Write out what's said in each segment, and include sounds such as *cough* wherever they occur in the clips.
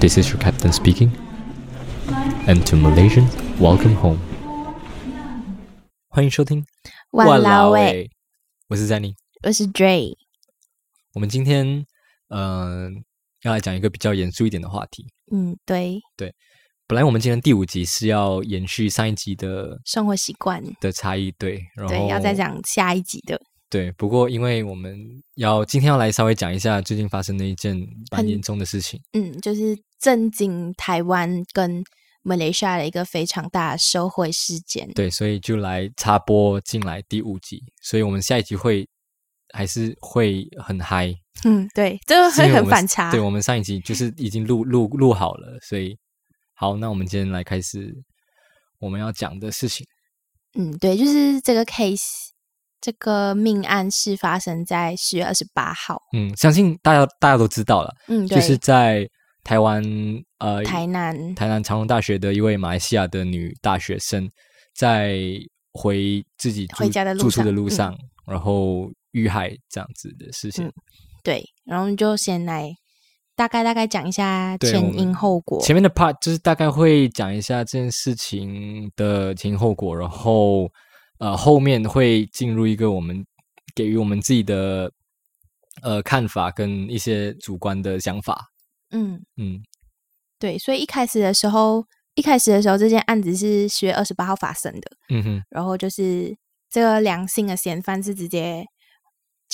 This is your captain speaking. And to Malaysians, welcome home. 欢迎收听万老伟，欸，我是 Zanny。我是 Dray，我们今天嗯、呃要来讲一个比较严肃一点的话题。嗯，对，本来我们今天第五集是要延续上一集的生活习惯，的差异，对，然后对，要再讲下一集的，对，不过因为我们要今天要来稍微讲一下最近发生的一件蛮很严重的事情，嗯，就是震惊台湾跟马来西亚的一个非常大的社会事件，对，所以就来插播进来第五集，所以我们下一集会还是会很嗨，嗯，对，这个是因 *laughs* 为我会很们反差，对我们上一集 *laughs* 就是已经录录录好了，所以好，那我们今天来开始我们要讲的事情。嗯，对，就是这个 case，这个命案是发生在十月二十八号，嗯，相信大家大家都知道了，嗯，对，就是在台湾呃台南，台南长隆大学的一位马来西亚的女大学生，在回自己住回家的路住宿的上路嗯上，然后遇害这样子的事情。嗯对，然后我们就先来大概大概讲一下对我前们因后果，前面的 part 就是大概会讲一下这件事情的前因后果，然后呃后面会进入一个我们给予我们自己的呃看法跟一些主观的想法。嗯，嗯，对，所以一开始的时候，一开始的时候，这件案子是十月二十八号发生的，嗯哼，然后就是这个良性的嫌犯是直接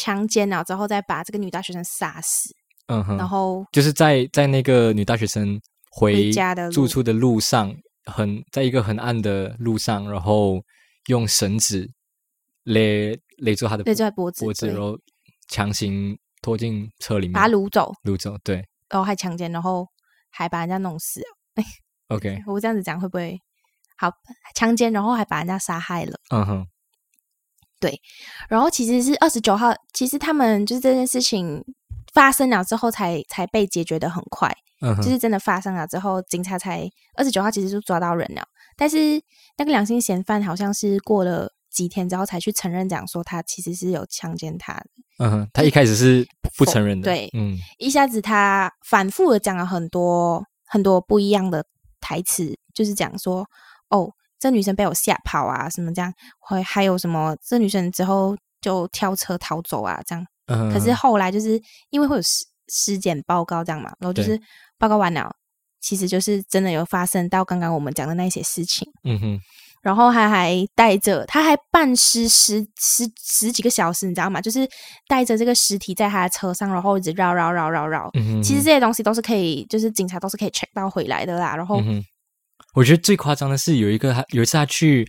强奸了之后，再把这个女大学生杀死，嗯哼，然后就是在在那个女大学生回回家的路住处的路上，很在一个很暗的路上，然后用绳子勒勒住她的勒住她脖子脖子，嗯对然后强行拖进车里面，把她掳走，掳走。对然后还强奸，然后还把人家弄死了。 ，OK，我这样子讲会不会好？强奸，然后还把人家杀害了。嗯哼，然后其实是二十九号，其实他们就是这件事情发生了之后才才被解决的很快。嗯哼，就是真的发生了之后，警察才二十九号其实就抓到人了，但是那个良心嫌犯好像是过了几天之后才去承认，讲说他其实是有强奸他的。嗯哼，他一开始是不承认的，对嗯一下子他反复的讲了很多很多不一样的台词，就是讲说哦，这女生被我吓跑啊，什么这样，还还有什么这女生之后就跳车逃走啊，这样。嗯哼，可是后来就是因为会有尸尸检报告这样嘛，然后就对是报告完了，其实就是真的有发生到刚刚我们讲的那些事情，嗯哼，然后他还带着，他还半尸十十十几个小时，你知道吗？就是带着这个尸体在他的车上，然后一直绕绕绕绕绕。嗯哼，其实这些东西都是可以，就是警察都是可以 check 到回来的啦。然后嗯，哼，我觉得最夸张的是有一个他有一次他去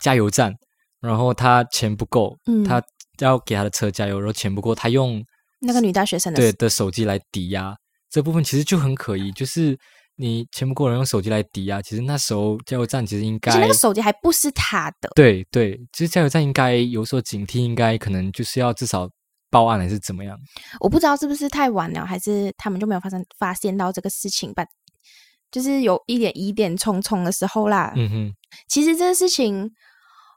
加油站，然后他钱不够，嗯他要给他的车加油，然后钱不够，他用那个女大学生的对事，的手机来抵押这部分，其实就很可疑，就是你钱不够，然后用手机来抵押，其实那时候加油站其实应而且那该个手机还不是他的，对对，其实加油站应该有所警惕，应该可能就是要至少报案还是怎么样，我不知道是不是太晚了，还是他们就没有发生发现到这个事情吧。就是有一点疑点重重的时候啦。嗯哼，其实这个事情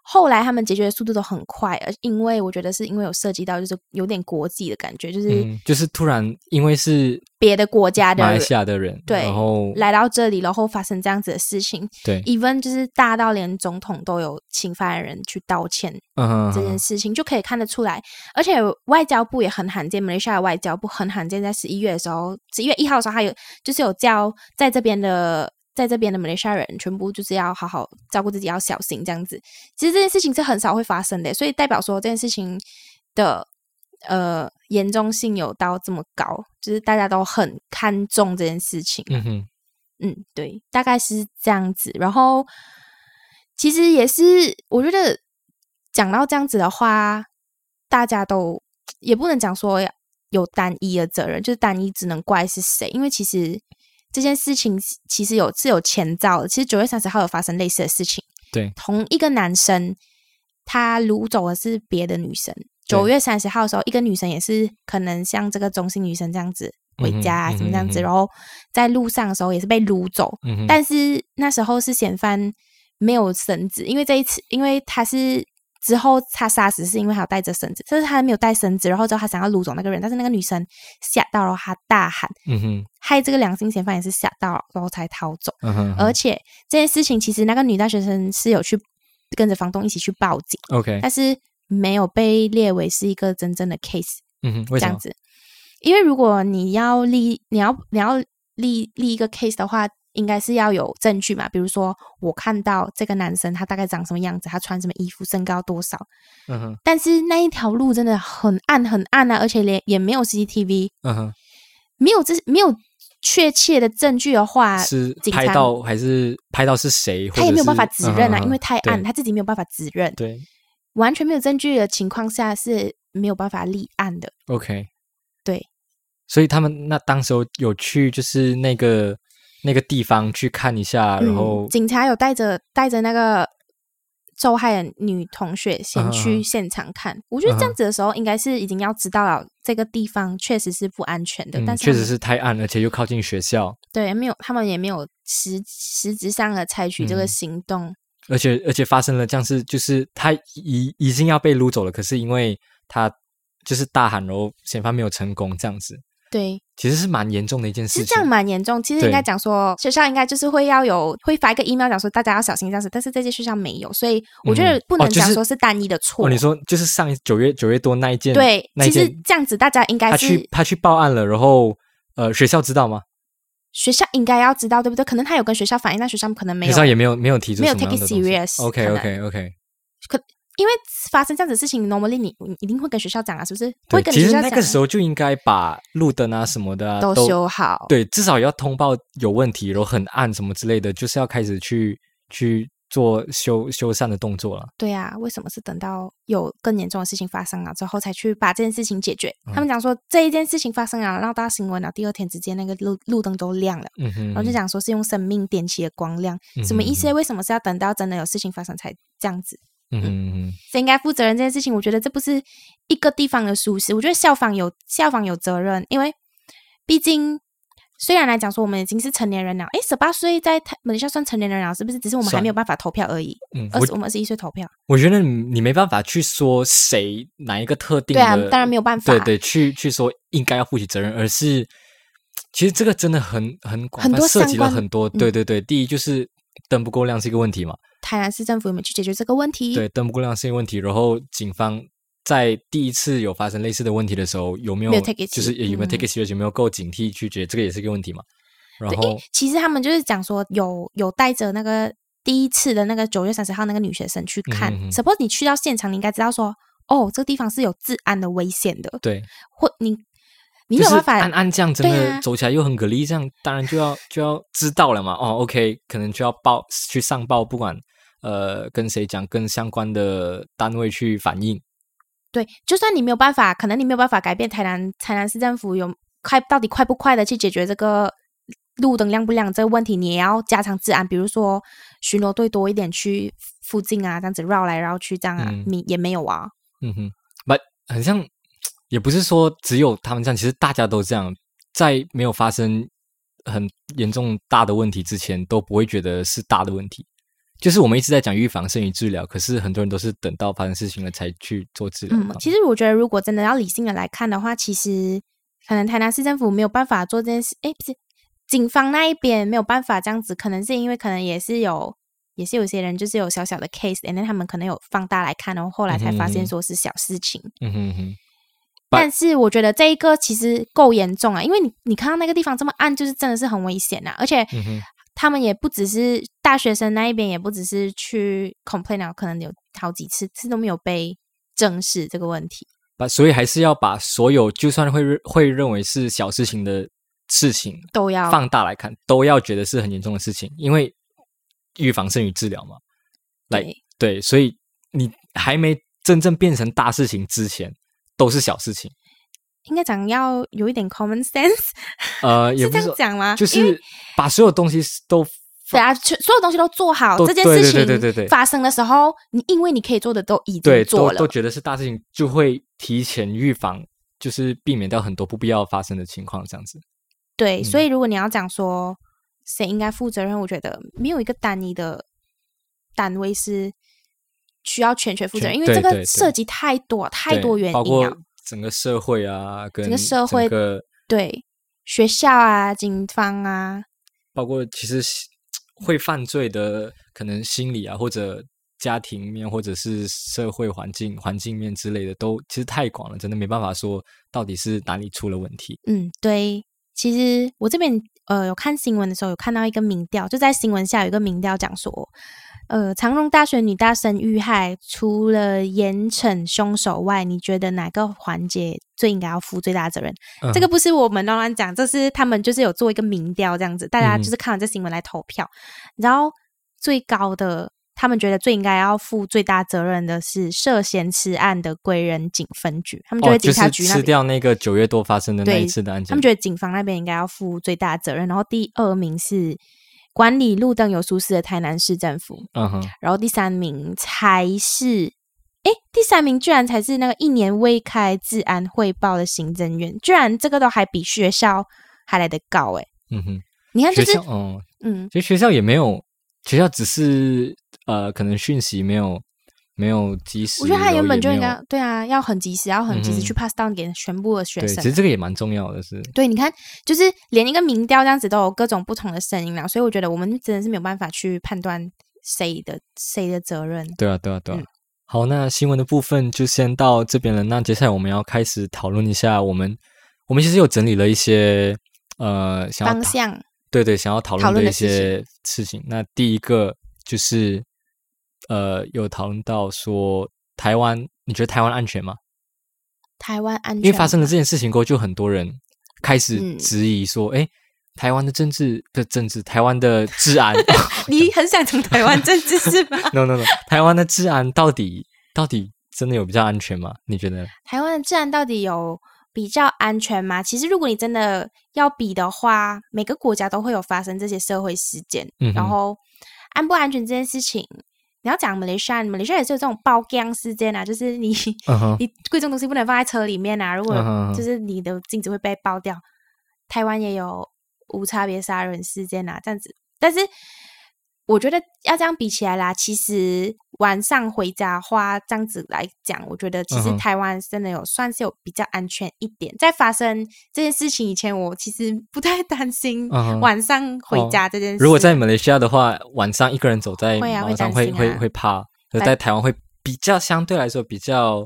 后来他们解决的速度都很快，而因为我觉得是因为有涉及到就是有点国际的感觉，就是嗯，就是突然因为是别的国家的马来人西亚的人，对然后来到这里，然后发生这样子的事情对， ，even 就是大到连总统都有请发言人去道歉嗯哼这件事情，就可以看得出来。而且外交部也很罕见，马来西亚的外交部很罕见，在十一月的时候，十一月一号的时候，他有就是有叫在这边的。在这边的马来西亚人全部就是要好好照顾自己，要小心这样子。其实这件事情是很少会发生的，所以代表说这件事情的呃严重性有到这么高，就是大家都很看重这件事情。嗯哼，嗯，对，大概是这样子。然后其实也是，我觉得讲到这样子的话，大家都也不能讲说有单一的责任，就是单一只能怪是谁，因为其实这件事情是其实有是有前兆的。其实九月三十号有发生类似的事情，对同一个男生他掳走的是别的女生。对九月三十号的时候，一个女生也是可能像这个中性女生这样子回嗯哼家啊、嗯什么哼这样嗯子，哼然后在路上的时候也是被掳走，嗯哼，但是那时候是嫌犯没有绳子，因为这一次，因为他是之后他杀死是因为他有带着绳子，就是他没有带绳子，然后之后他想要掳走那个人，但是那个女生吓到了，她大喊，嗯哼，害这个良心嫌犯也是吓到了，然后才逃走。嗯哼而且这件事情其实那个女大学生是有去跟着房东一起去报警， ，OK，但是没有被列为是一个真正的 case 嗯哼，为什这样么？子。因为如果你要立，你要你要立立一个 case 的话，应该是要有证据嘛，比如说我看到这个男生他大概长什么样子，他穿什么衣服，身高多少。嗯哼，但是那一条路真的很暗很暗啊，而且连也没有 CCTV，嗯哼，没有这没有确切的证据的话，是啊警拍察到还是拍到是谁？或他也者没有办是法指认啊，嗯哼因为太对暗，他自己没有办法指认，对完全没有证据的情况下是没有办法立案的。 ，OK，对，所以他们那当时候有去就是那个那个地方去看一下，然后嗯、警察有带着带着那个受害人女同学嗯先哼去现场看，我觉得这嗯样哼子的时候，应该是已经要知道了这个地方确实是不安全的，嗯但是确他实们是太暗，而且又靠近学校，对没有，他们也没有实实质上的采取这个嗯行动。而且而且发生了这样是就是他已已经要被撸走了，可是因为他就是大喊，然后嫌犯没有成功，这样子对，其实是蛮严重的一件事情。是嗯这样蛮严重。其实应该对讲说，学校应该就是会要有会发一个 email 讲说大家要小心这样子，但是这些学校没有，所以我觉嗯得不哦能就讲是说是单一的错。哦，你说就是上一九月九月多那一件，对，那一其实件这样子大家应该他是去他去报案了，然后呃学校知道吗？学校应该要知道，对不对？可能他有跟学校反映，但学校可能没学有校，也没有没有提出没有什么 take 样 it 的东西 serious 可 OK 能 OK OK，因为发生这样子的事情，normally 你你一定会跟学校讲啊，是不是？会对，跟其学实校那讲个时候就应该把路灯啊什么的啊、都都修好。对，至少也要通报有问题，然后很暗什么之类的，就是要开始去去做修修缮的动作了。对啊，为什么是等到有更严重的事情发生了啊之后才去把这件事情解决？他嗯们讲说这一件事情发生了，闹大新闻了，啊第二天直接那个路路灯都亮了。嗯哼，嗯然后就讲说是用生命点起的光亮，什么意思？为什么是要等到真的有事情发生才这样子？嗯哼？嗯哼，谁应该负责任这件事情，我觉得这不是一个地方的疏失，我觉得校方有校方有责任，因为毕竟虽然来讲说我们已经是成年人了，诶，十八岁在台马来西亚算成年人了，是不是？只是我们还没有办法投票而已。嗯，二我十，我们二十一岁投票，我觉得你你没办法去说谁哪一个特定对的，啊，当然没有办法。对对，去去说应该要负起责任，而是其实这个真的很很广很泛，多涉相及了关很多。嗯对对对，第一就是灯不够亮是一个问题嘛，台南市政府有没有去解决这个问题？对，灯不够亮是一个问题。然后警方在第一次有发生类似的问题的时候，有没有没有 take it 嗯就是 serious，有没有 take it serious，有没有够警惕去解决，这个也是一个问题嘛。然对，因后为其实他们就是讲说有有带着那个第一次的那个九月三十号那个女学生去看、嗯哼哼 s u p p o s e 你去到现场，你应该知道说，哦，这个地方是有治安的危险的，对，或你你就没有是办法，暗暗这样真对的啊走起来又很给力，这样当然就要就要知道了嘛。哦，OK，可能就要报去上报，不管呃跟谁讲，跟相关的单位去反映。对，就算你没有办法，可能你没有办法改变台南台南市政府有快到底快不快的去解决这个路灯亮不亮这个问题，你也要加强治安，比如说巡逻队多一点去附近啊，这样子绕来绕去这样啊，嗯你也没有啊，嗯哼，不，很像，也不是说只有他们这样，其实大家都这样，在没有发生很严重大的问题之前，都不会觉得是大的问题。就是我们一直在讲预防胜于治疗，可是很多人都是等到发生事情了才去做治疗嘛。嗯，其实我觉得，如果真的要理性的来看的话，其实可能台南市政府没有办法做这件事，诶，不是，警方那一边没有办法这样子，可能是因为可能也是有，也是有些人就是有小小的 case，and then 他们可能有放大来看，然后哦后来才嗯发哼嗯现哼说是小事情。嗯哼嗯哼，But- 但是我觉得这一个其实够严重啊，因为你你看到那个地方这么暗，就是真的是很危险呐、而且嗯哼他们也不只是大学生那一边，也不只是去 complain 了，可能有好几次次都没有被正视这个问题。把所以还是要把所有就算会认会认为是小事情的事情都要放大来看，都要觉得是很严重的事情，因为预防胜于治疗嘛。来对对，所以你还没真正变成大事情之前，都是小事情。应该讲要有一点 common *laughs* sense，呃，也是不这是说，样讲吗？就因为是把所有东西都对啊，全所有东西都做好都这件对事情，对对对对对发生的时候，你因为你可以做的都已对经都做都了，觉得是大事情，就会提前预防，就是避免掉很多不必要发生的情况，这样子。对，嗯所以如果你要讲说谁应该负责任，我觉得没有一个单一的单位是需要全权负责任，全因为这对对个对涉及太多太对多原包因括了。整个社会啊，跟个社会个对，学校啊，警方啊，包括其实心会犯罪的可能心理啊，或者家庭面，或者是社会环境环境面之类的，都其实太广了，真的没办法说到底是哪里出了问题。嗯，对。其实我这边呃有看新闻的时候，有看到一个民调，就在新闻下有一个民调讲说，呃，长荣大学女大生遇害，除了严惩凶手外，你觉得哪个环节最应该要负最大责任？嗯嗯这个不是我们乱乱讲，这是他们就是有做一个民调这样子，大家就是看完这新闻来投票，然后最高的。他们觉得最应该要负最大责任的是涉嫌吃案的贵人警分局，他们觉哦，得警就察是局那吃边。掉那个九月多发生的那一对次的案他件们，觉得警方那边应该要负最大责任，然后第二名是管理路灯有疏失的台南市政府，嗯哼，然后第三名才是，诶，第三名居然才是那个一年未开治安汇报的行政院，居然这个都还比学校还来得高诶，嗯哼，你看就学是校，嗯，嗯，其实学校也没有，学校只是呃，可能讯息没有没有及时，我觉得他然后原本也就没应有该对啊，要很及时，要很及时嗯哼去 pass down 给全部的学对，其生实。这个也蛮重要的是，对，你看，就是连一个民调这样子都有各种不同的声音了，所以我觉得我们真的是没有办法去判断谁的谁的责任。对啊，对啊，对啊。嗯好，那新闻的部分就先到这边了。那接下来我们要开始讨论一下，我们我们其实有整理了一些呃想要方讨向，对对想要讨讨论论的的一些事情。那第一个就是呃有讨论到说台湾，你觉得台湾安全吗？台湾安全啊因为发生了这件事情过后，就很多人开始嗯质疑说，哎、台湾的政治不是政治，台湾的治 *laughs* 安 *laughs* 你很想从台湾政治是吧？ ，no no no，台湾的治安到底到底真的有比较安全吗？你觉得呢？台湾的治安到底有比较安全吗？其实如果你真的要比的话，每个国家都会有发生这些社会事件，嗯然哼后安不安全这件事情。你要讲马来西亚，马来西亚也是有这种爆gang事件啊，就是你嗯哼，你贵重东西不能放在车里面啊，如果嗯哼哼就是你的镜子会被爆掉。台湾也有无差别杀人事件啊，这样子，但是我觉得要这样比起来啦，其实晚上回家的话，这样子来讲，我觉得其嗯实哼台湾真的有算是有比较安全一点。在发生这件事情以前，我其实不太担心嗯哼晚上回哦家这件事。如果在马来西亚的话，晚上一个人走在会啊会马上担会心啊会会怕，可是在台湾会比较相对来说比较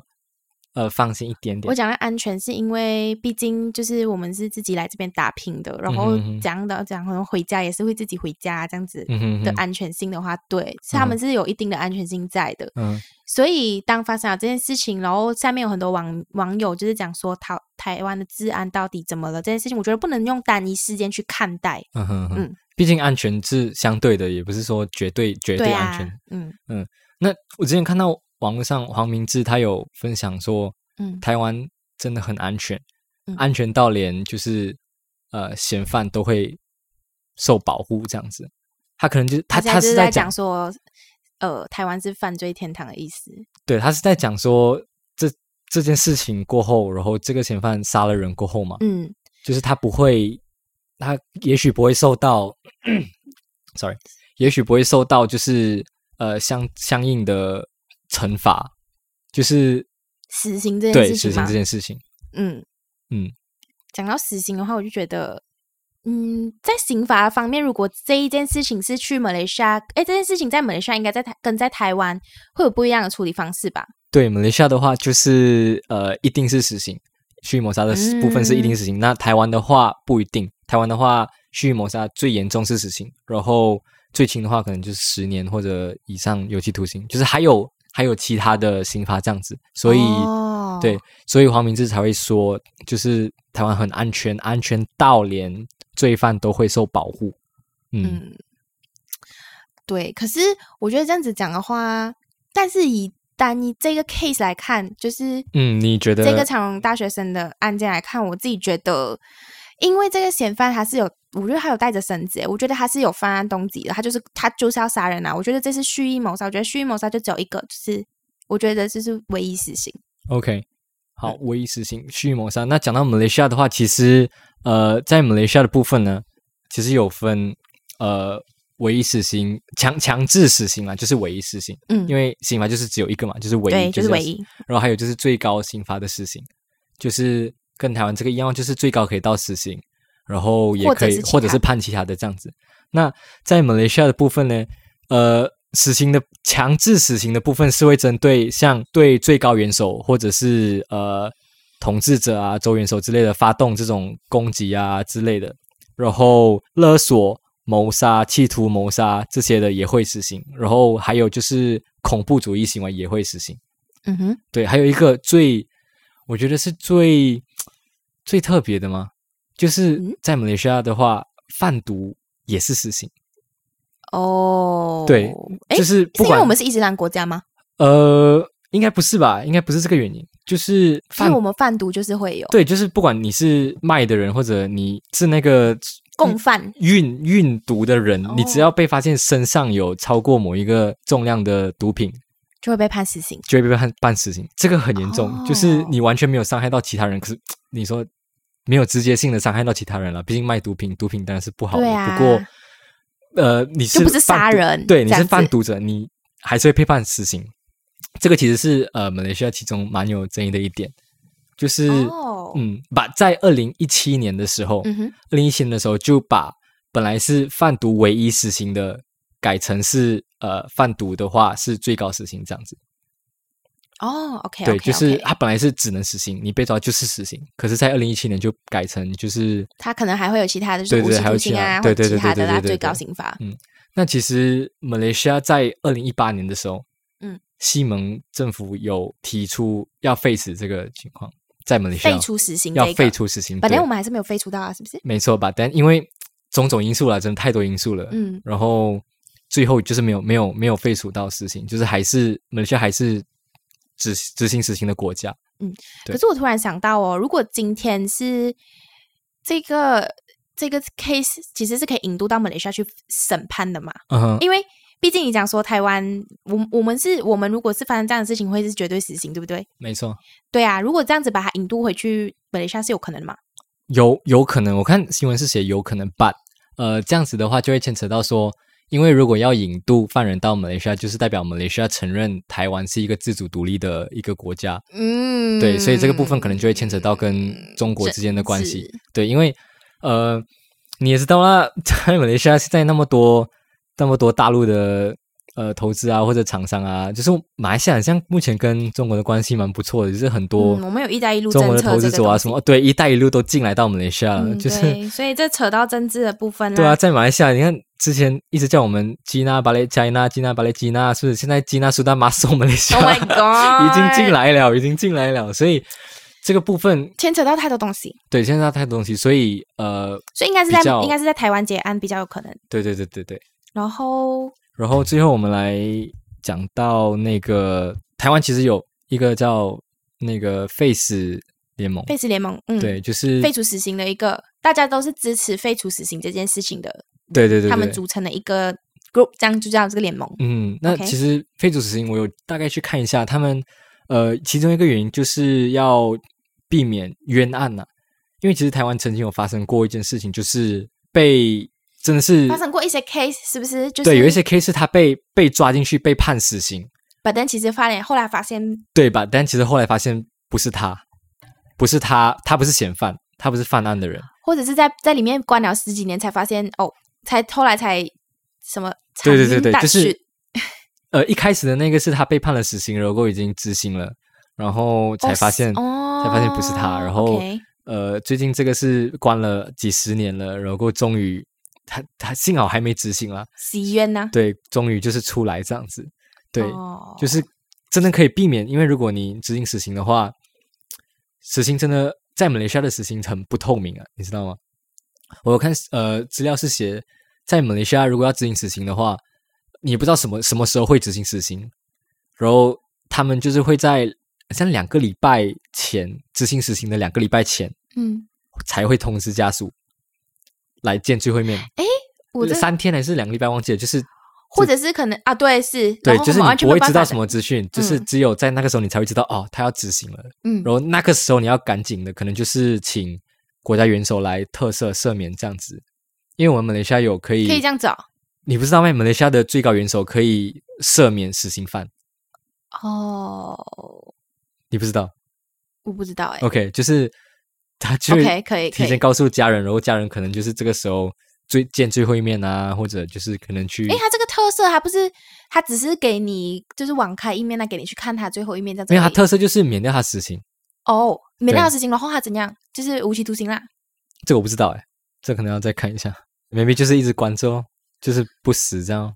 呃放心一点我点。讲的安全是因为，毕竟就是我们是自己来这边打拼的，然后嗯哼哼讲的讲，可能回家也是会自己回家这样子嗯哼嗯的哼，安全性的话，对，是他们是有一定的安全性在的。嗯所以当发生了这件事情，然后下面有很多网网友就是讲说，台台湾的治安到底怎么了这件事情，我觉得不能用单一事件去看待。嗯哼哼嗯，毕竟安全是相对的，也不是说绝对绝对安啊全。，嗯那我之前看到网络上黄明志他有分享说，嗯，台湾真的很安全，嗯安全到连就是呃嫌犯都会受保护这样子。他可能就他现在他就是在讲讲说，呃，台湾是犯罪天堂的意思。对他是在讲说这这件事情过后，然后这个嫌犯杀了人过后嘛，嗯，就是他不会，他也许不会受到，sorry，也许不会受到就是呃相相应的惩罚，就是死刑这件对事实情行嘛这，件事情，嗯，嗯嗯，讲到死刑的话，我就觉得，嗯，在刑罚方面，如果这一件事情是去马来西亚，哎，这件事情在马来西亚应该在台跟在台湾会有不一样的处理方式吧？对马来西亚的话就是呃一定是实行蓄意谋杀的部分是嗯一定实行，那台湾的话不一定，台湾的话蓄意谋杀最严重是实行，然后最轻的话可能就是十年或者以上有期徒刑，就是还有还有其他的刑罚这样子，所以。哦、对，所以黄明志才会说，就是台湾很安全，安全到连罪犯都会受保护。嗯，嗯，对。可是我觉得这样子讲的话，但是以单一这个 case 来看，就是嗯你觉得这个长荣大学生的案件来看，我自己觉得，因为这个嫌犯他是有，我觉得他有带着绳子耶，欸我觉得他是有犯案动机的，他就是他就是要杀人啊。我觉得这是蓄意谋杀，我觉得蓄意谋杀就只有一个，就是我觉得这是唯一死刑。 OK，好，唯一实行蓄意谋杀。那讲到马来西亚的话，其实呃，在马来西亚的部分呢，其实有分呃唯一死刑强强制死刑嘛，就是唯一死刑，嗯因为刑罚就是只有一个嘛，就是唯对，一，就是要唯死一，然后还有就是最高刑罚的死刑，就是跟台湾这个一样，就是最高可以到死刑，然后也或者可以是其或者他是判其他的这样子。那在马来西亚的部分呢，呃，死刑的强制死刑的部分是会针对像对最高元首或者是呃统治者啊、州元首之类的发动这种攻击啊之类的，然后勒索、谋杀、企图谋杀这些的也会死刑，然后还有就是恐怖主义行为也会死刑。嗯哼，对，还有一个最，我觉得是最最特别的吗？就是嗯在马来西亚的话，贩毒也是死刑。哦，对诶，就是不因为管我们是伊斯兰国家吗？呃，应该不是吧？应该不是这个原因，就是因贩为我们贩毒就是会有对，就是不管你是卖的人，或者你是那个嗯共犯，运运毒的人，你只哦要被发现身上有超过某一个重量的毒品，就会被判死刑。就会被判判死刑，这个很严重，就是哦你完全没有伤害到其他人，可是你说没有直接性的伤害到其他人了，毕竟卖毒品，毒品当然是不好的。对啊不过，呃，你是就不是贩杀毒人对，你这是样子贩毒者，你还是会被判死刑。这个其实是呃，马来西亚其中蛮有争议的一点，就是、哦嗯，把在二零一七年的时候，嗯哼，二零一七年的时候就把本来是贩毒唯一死刑的改成是呃贩毒的话是最高死刑这样子。哦，OK，对就是他本来是只能死刑，你被抓就是死刑。可是，在二零一七年就改成就是，他可能还会有其他的，就对是无对期还有徒其刑他啊，对或者对对其他对的对啦，对对最高刑罚。那其实马来西亚在二零一八年的时候，嗯，西蒙政府有提出要废止这个情况，在马来西亚废除死刑要这废个，除死刑，本来嗯对我们还是没有废除到啊，是不是？没错吧？但因为种种因素啦，真的太多因素了，嗯，然后最后就是没有没有没有废除到死刑，就是还是马来西亚还是执执行死刑的国家，对可是我突然想到哦，如果今天是这个这个 case，其实是可以引渡到马来西亚去审判的嘛，嗯哼，因为。毕竟你讲说台湾，我我们是我们如果是发生这样的事情，会是绝对死刑，对不对？没错。对啊，如果这样子把它引渡回去马来西亚是有可能的嘛？有有可能，我看新闻是写有可能，but 呃，这样子的话就会牵扯到说，因为如果要引渡犯人到马来西亚，就是代表马来西亚承认台湾是一个自主独立的一个国家，嗯，对，所以这个部分可能就会牵扯到跟中国之间的关系政治，对，因为呃，你也知道啦，在马来西亚现在那么多那么多大陆的呃投资啊或者厂商啊，就是马来西亚好像目前跟中国的关系蛮不错的，就是很多、嗯我们有“一带一路”中国政的策投资者啊，什么，么对“一带一路”都进来到马来西亚了，嗯，呃 *laughs* 就是对所以这扯到政治的部分啦。对啊，，在马来西亚，你看之前一直叫我们吉娜巴雷吉娜吉娜巴雷吉娜，是不是？现在吉娜苏 *laughs* 丹马送我们来下 Oh my god！已经进，来了，已经进来了，所以这个部分牵扯到太多东西，对现在太多东西，所以呃，所以应该是在比较应该是在台湾结案比较有可能。对对对对对，然后，然后最后我们来讲到那个台湾其实有一个叫那个 Face 联盟，废除联盟，嗯，对，就是废除死刑的一个，大家都是支持废除死刑这件事情的，对对对对，他们组成了一个 group，这样就叫这个联盟。嗯，那 OK 其实非主死刑，我有大概去看一下，他们呃，其中一个原因就是要避免冤案呐、因为其实台湾曾经有发生过一件事情，就是被真的是发生过一些 case，是不是？就是对有一些 case 他被被抓进去被判死刑， b u 其实发现后来发现，对吧？但其实后来发现不是他，不是他，他不是嫌犯，他不是犯案的人，或者是在在里面关了十几年才发现，哦，才后来才什么？对对对对就惨，烈大是事呃一开始的那个是他被判了死刑，然后已经执行了，然后才发现哦，才发现不是他，然后 OK 呃，最近这个是关了几十年了，然后终于他他幸好还没执行啦，死冤呐、对，终于就是出来这样子，对，哦就是真的可以避免，因为如果你执行死刑的话，死刑真的在马来西亚的死刑很不透明啊，你知道吗？我有看呃资料是写，在马来西亚如果要执行死刑的话，你也不知道什么什么时候会执行死刑，然后他们就是会在好像两个礼拜前执行死刑的两个礼拜前嗯，才会通知家属来见最后一面。我这三天还是两个礼拜忘记了，就是或者是可能啊，对是，对然，后就是我们你完全不没有会办知道法什的，么资讯，就是只有在那个时候你才会知道哦，他要执行了。嗯然后那个时候你要赶紧的，可能就是请国家元首来特赦赦免这样子，因为我们马来西亚有可以可以这样子哦，你不知道吗？马来西亚的最高元首可以赦免死刑犯，哦，你不知道我不知道哎、 ？OK，就是他就 OK，可以可哦提前以。告诉家人，然后家人可能就是这个时候最见最后一面啊，或者就是可能去哎，他这个特色，他不是他只是给你就是网开一面，那给你去看他最后一面这样子没而已。有，它特色就是免掉他死刑，哦，没对那个事情，然后他怎样？就是无期徒刑啦。这个我不知道哎，这可能要再看一下，maybe 就是一直关着哦，就是不死这样。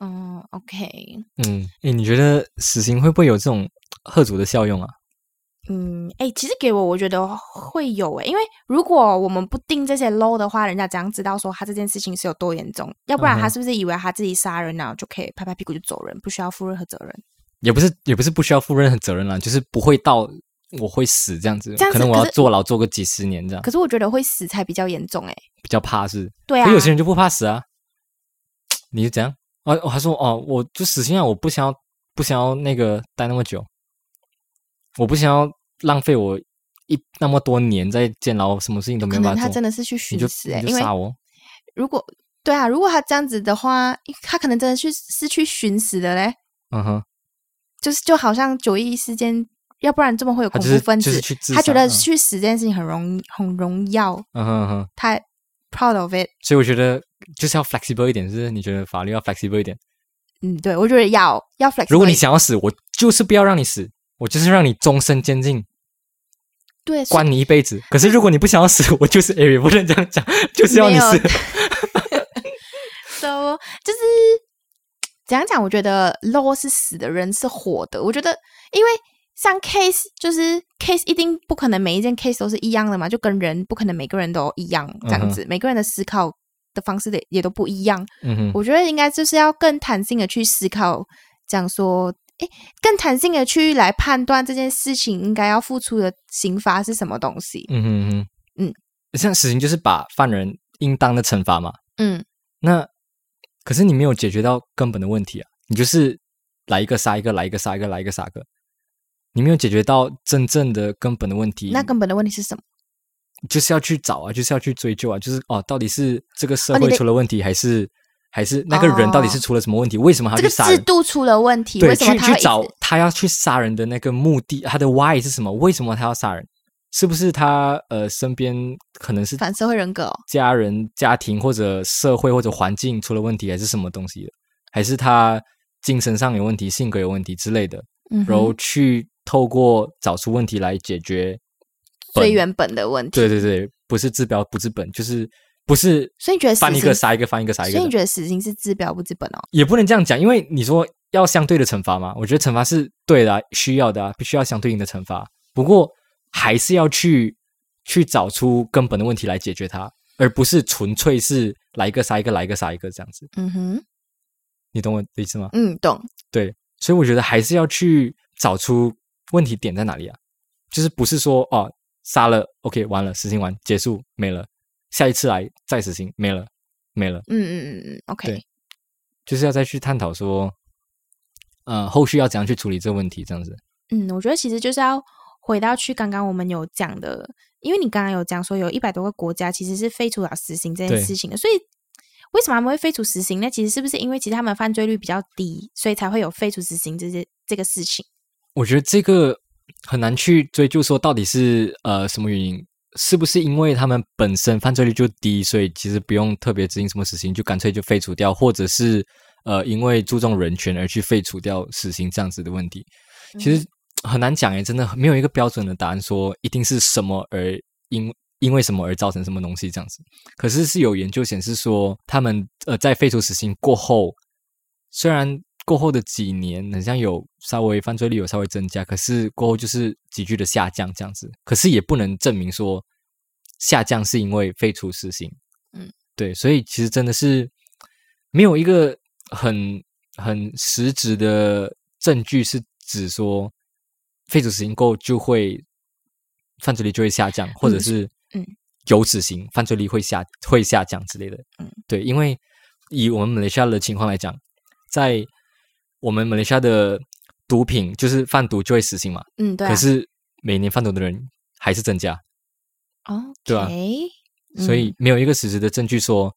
嗯，OK，嗯，哎，你觉得死刑会不会有这种贺主的效用啊？嗯，哎、其实给我，我觉得会有哎、因为如果我们不定这些 low 的话，人家怎样知道说他这件事情是有多严重？要不嗯然他哼是不是以为他自己杀人了就可以拍拍屁股就走人，不需要负任何责任？也不是也不是不需要负任何责任啦，就是不会到我会死这样子，这样可子能我可要是坐牢坐个几十年这样，可是我觉得会死才比较严重哎、比较怕是。对可啊是，有些人就不怕死啊，你是怎样？哦，我还说哦，我就死心啊，我不想要不想要那个待那么久，我不想要浪费我一那么多年在监牢，什么事情都没可办能法他做真。的是去你寻就死哎、你就因为杀我，如果对啊，如果他这样子的话，他可能真的去是去寻死的嘞，嗯哼，就是就好像九一一事件，要不然这么会有他恐就怖是分就子，是去自他觉杀得嗯去死这件事情很荣很荣耀，嗯哼嗯哼，他 proud of it。所以我觉得就是要 flexible 一点，是不是？你觉得法律要 flexible 一点？嗯，对，我觉得要要 flex。如果你想要死，我就是不要让你死，我就是让你终身监禁，对关你一辈子。可是如果你不想要死，我就是 *laughs* 哎，也不能这样讲，就是要你没有死。 *laughs* *laughs* ，so 就是怎样讲？我觉得 low 是死的人是活的。我觉得，因为像 case 就是 case 一定不可能每一件 case 都是一样的嘛，就跟人不可能每个人都一样这样子，每个人的思考的方式的也都不一样。嗯哼，我觉得应该就是要更弹性的去思考，讲说。诶，更弹性的去来判断这件事情应该要付出的刑罚是什么东西。嗯哼嗯哼，嗯，像死刑就是把犯人应当的惩罚嘛。嗯，那可是你没有解决到根本的问题啊，你就是来一个杀一个，来一个杀一个，来一个杀一个，你没有解决到真正的根本的问题。那根本的问题是什么？就是要去找啊，就是要去追究啊，就是哦，到底是这个社哦你会的哦出了问题，还是还是那个人到底是出了什么问题？为什么他这去个杀制人？度出了问题，对，为什么去他去会一直找他要去杀人的那个目的，他的 why 是什么？为什么他要杀人？是不是他呃身边可能是反社会人格、哦？家人、家庭或者社会或者环境出了问题，还是什么东西的？还是他精神上有问题、性格有问题之类的？嗯然后哼，去透过找出问题来解决本最原本的问题。对对对，不是治标不治本，就是不是所以你觉得死翻一个刑杀一个，翻一个杀一所个以你的，觉得死刑是治标不治本哦？也不能这样讲，因为你说要相对的惩罚嘛，我觉得惩罚是对的啊、需要的啊，必须要相对应的惩罚。不过还是要去去找出根本的问题来解决它，而不是纯粹是来一个杀一个，来一个杀一个这样子，嗯哼，你懂我的意思吗？嗯，懂。所以我觉得还是要去找出问题点在哪里啊，就是不是说哦杀了 OK 完了，死刑完结束没了，下一次来再死刑没了没了，嗯嗯嗯嗯，OK 对。就是要再去探讨说，呃，后续要怎样去处理这个问题，这样子。嗯，我觉得其实就是要回到去刚刚我们有讲的，因为你刚刚有讲说有一百多个国家其实是废除了死刑这件对事情的，所以。为什么他们会废除死刑呢？其实是不是因为其实他们犯罪率比较低，所以才会有废除死刑这些这个事情？我觉得这个很难去追究说到底是呃什么原因，是不是因为他们本身犯罪率就低，所以其实不用特别执行什么死刑，就干脆就废除掉，或者是呃因为注重人权而去废除掉死刑这样子的问题，其嗯实很难讲欸诶，真的没有一个标准的答案说一定是什么而因。因为什么而造成什么东西这样子？可是是有研究显示说，他们呃在废除死刑过后，虽然过后的几年很像有稍微犯罪率有稍微增加，可是过后就是急剧的下降这样子。可是也不能证明说下降是因为废除死刑。嗯，对，所以其实真的是没有一个很很实质的证据是指说废除死刑后就会犯罪率就会下降，或者嗯是嗯有死刑犯罪率会下会下降之类的。嗯，对，因为以我们马来西亚的情况来讲，在我们马来西亚的毒品就是贩毒就会死刑嘛，嗯，对、啊。可是每年贩毒的人还是增加，哦，嗯对啊所以没有一个实质的证据说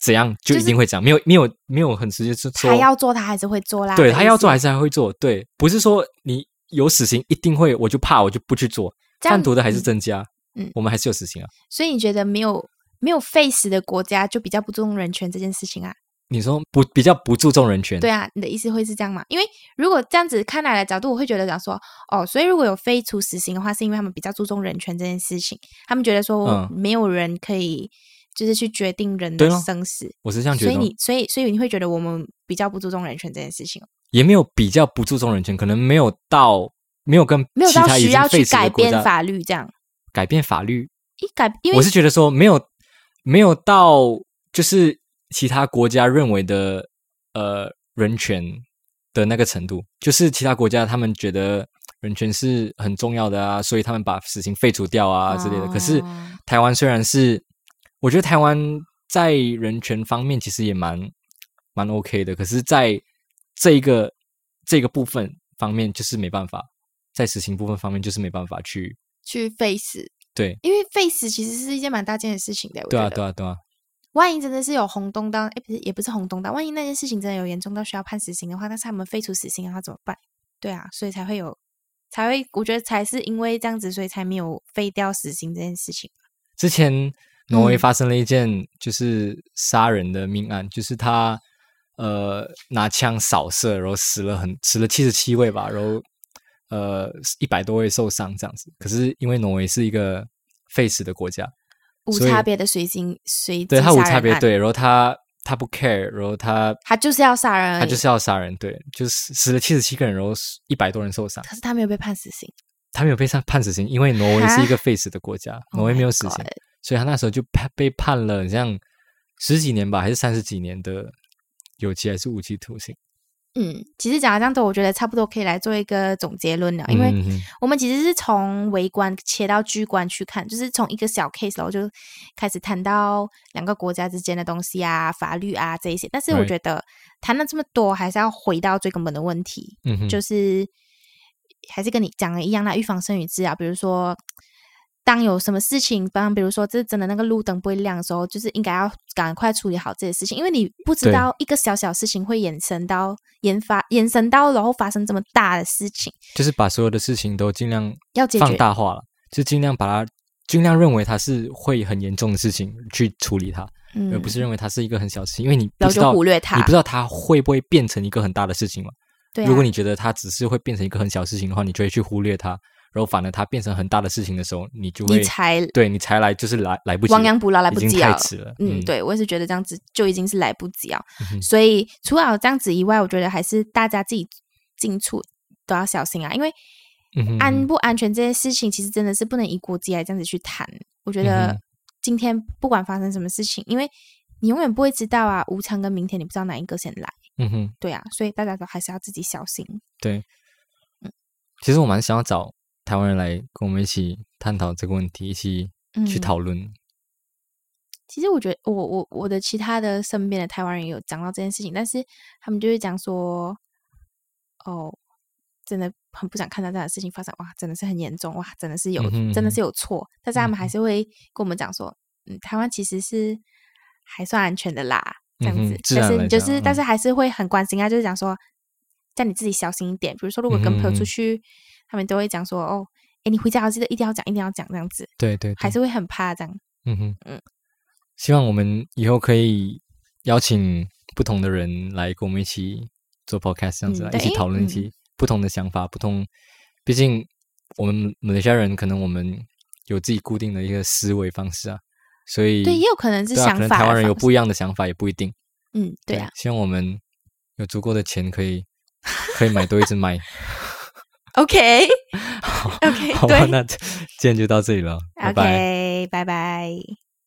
怎样就一定会讲，没有没有没有很直接是说他要做，他还是会做啦。对他要做还是是还会做，对，不是说你有死刑一定会，我就怕我就不去做，这样贩毒的还是增加，嗯嗯我们还是有死刑啊。所以你觉得没有没有 face 的国家就比较不注重人权这件事情啊？你说不比较不注重人权，对啊，你的意思会是这样吗？因为如果这样子看来的角度，我会觉得讲说，哦，所以如果有废除死刑的话，是因为他们比较注重人权这件事情，他们觉得说嗯没有人可以就是去决定人对的咯生死，我是这样觉所得以哦。你所以所以你会觉得我们比较不注重人权这件事情哦，也没有比较不注重人权，可能没有到没有跟没有其到他已需经要去 face 改的国变家法律这样。改变法律。一改，因为我是觉得说没有没有到就是其他国家认为的呃人权的那个程度，就是其他国家他们觉得人权是很重要的啊，所以他们把死刑废除掉啊之类的。可是哦台湾虽然是，我觉得台湾在人权方面其实也蛮蛮 OK 的，可是在这一个这个部分方面就是没办法，在死刑部分方面就是没办法去去 face，对因为 face 其实是一件蛮大件的事情的。我对啊觉得对啊对啊，万一真的是有轰动到，哎，不是，也不是轰动到，万一那件事情真的有严重到需要判死刑的话，但是他们废除死刑的话怎么办？对啊，所以才会有，才会，我觉得才是因为这样子，所以才没有废掉死刑这件事情。之前挪威嗯发生了一件就是杀人的命案，就是他呃拿枪扫射，然后死了很死了七十七位吧，然后呃一百多位受伤这样子。可是因为挪威是一个废死的国家，无所以差别的随刑随对机他无杀差人别案，对，然后他他不 care，然后他他就是要杀人而已，他就是要杀人，对，就是死了七十七个人，然后一百多人受伤，可是他没有被判死刑，他没有被判判死刑，因为挪威是一个废死的国家， Oh 挪威没有 my 死刑 God，所以他那时候就判被判了，像十几年吧，还是三十几年的有期还是无期徒刑？嗯，其实讲到这样的，我觉得差不多可以来做一个总结论啊了，因为嗯哼我们其实是从微观切到巨观去看，就是从一个小 case 然后就开始谈到两个国家之间的东西啊、法律啊这一些。但是我 Right 觉得谈了这么多，还是要回到最根本的问题，嗯哼，就是还是跟你讲的一样啦，预防胜于治疗。啊比如说，当有什么事情，当比如说这真的那个路灯不会亮的时候，就是应该要赶快处理好这些事情，因为你不知对道一个小小事情会衍生到研发延伸到然后发生这么大的事情，就是把所有的事情都尽量要解放决。大化了，就尽量把它尽量认为它是会很严重的事情去处理它，嗯而呃不是认为它是一个很小的事情，因为你然不后知就道忽略它。你不知道它会不会变成一个很大的事情嘛。对、啊，如果你觉得它只是会变成一个很小的事情的话，你就会去忽略它，然后反而它变成很大的事情的时候，你就会你才对你才来就是来来不及了，亡羊补牢来不已及经太啊。迟了。嗯，，对，我也是觉得这样子就已经是来不及啊。嗯哼所以除了这样子以外，我觉得还是大家自己进出都要小心啊，因为嗯哼安不安全这件事情，其实真的是不能以国籍来这样子去谈。我觉嗯得哼今天不管发生什么事情，因为你永远不会知道啊，无常跟明天你不知道哪一个先来，嗯哼，对啊，所以大家都还是要自己小心。对。嗯其实我蛮想要找台湾人来跟我们一起探讨这个问题，一起去嗯讨论。其实我觉得我我我的其他的身边的台湾人有讲到这件事情，但是他们就会讲说，哦，真的很不想看到这样的事情发生，哇，真的是很严重，哇，真的是有、嗯哼真的嗯哼是有错，但是他们还嗯哼是会跟我们讲说，嗯，台湾其实是还算安全的啦，这样嗯哼子，自但然是来你就讲是、嗯但是还是会很关心啊，就是讲说，叫你自己小心一点，比如说如果跟朋友嗯哼嗯出哼去，他们都会讲说，哦，哎，你回家要记得一定要讲，一定要讲这样子，对对对，还是会很怕这样。嗯哼嗯希望我们以后可以邀请不同的人来跟我们一起做 podcast 这样子嗯啦，对一起讨论嗯一起不同的想法，不同。毕竟我们马来西亚人可能我们有自己固定的一个思维方式啊，所以对，也有可能是对啊想可能法台湾人的有方不一样的想法也不一定。嗯，对啊。希望我们有足够的钱可以可以买多一只 *laughs* 麦。 OK 好 OK， *laughs* 好吧，对那今天就到这里了，拜拜。 ，OK，拜拜。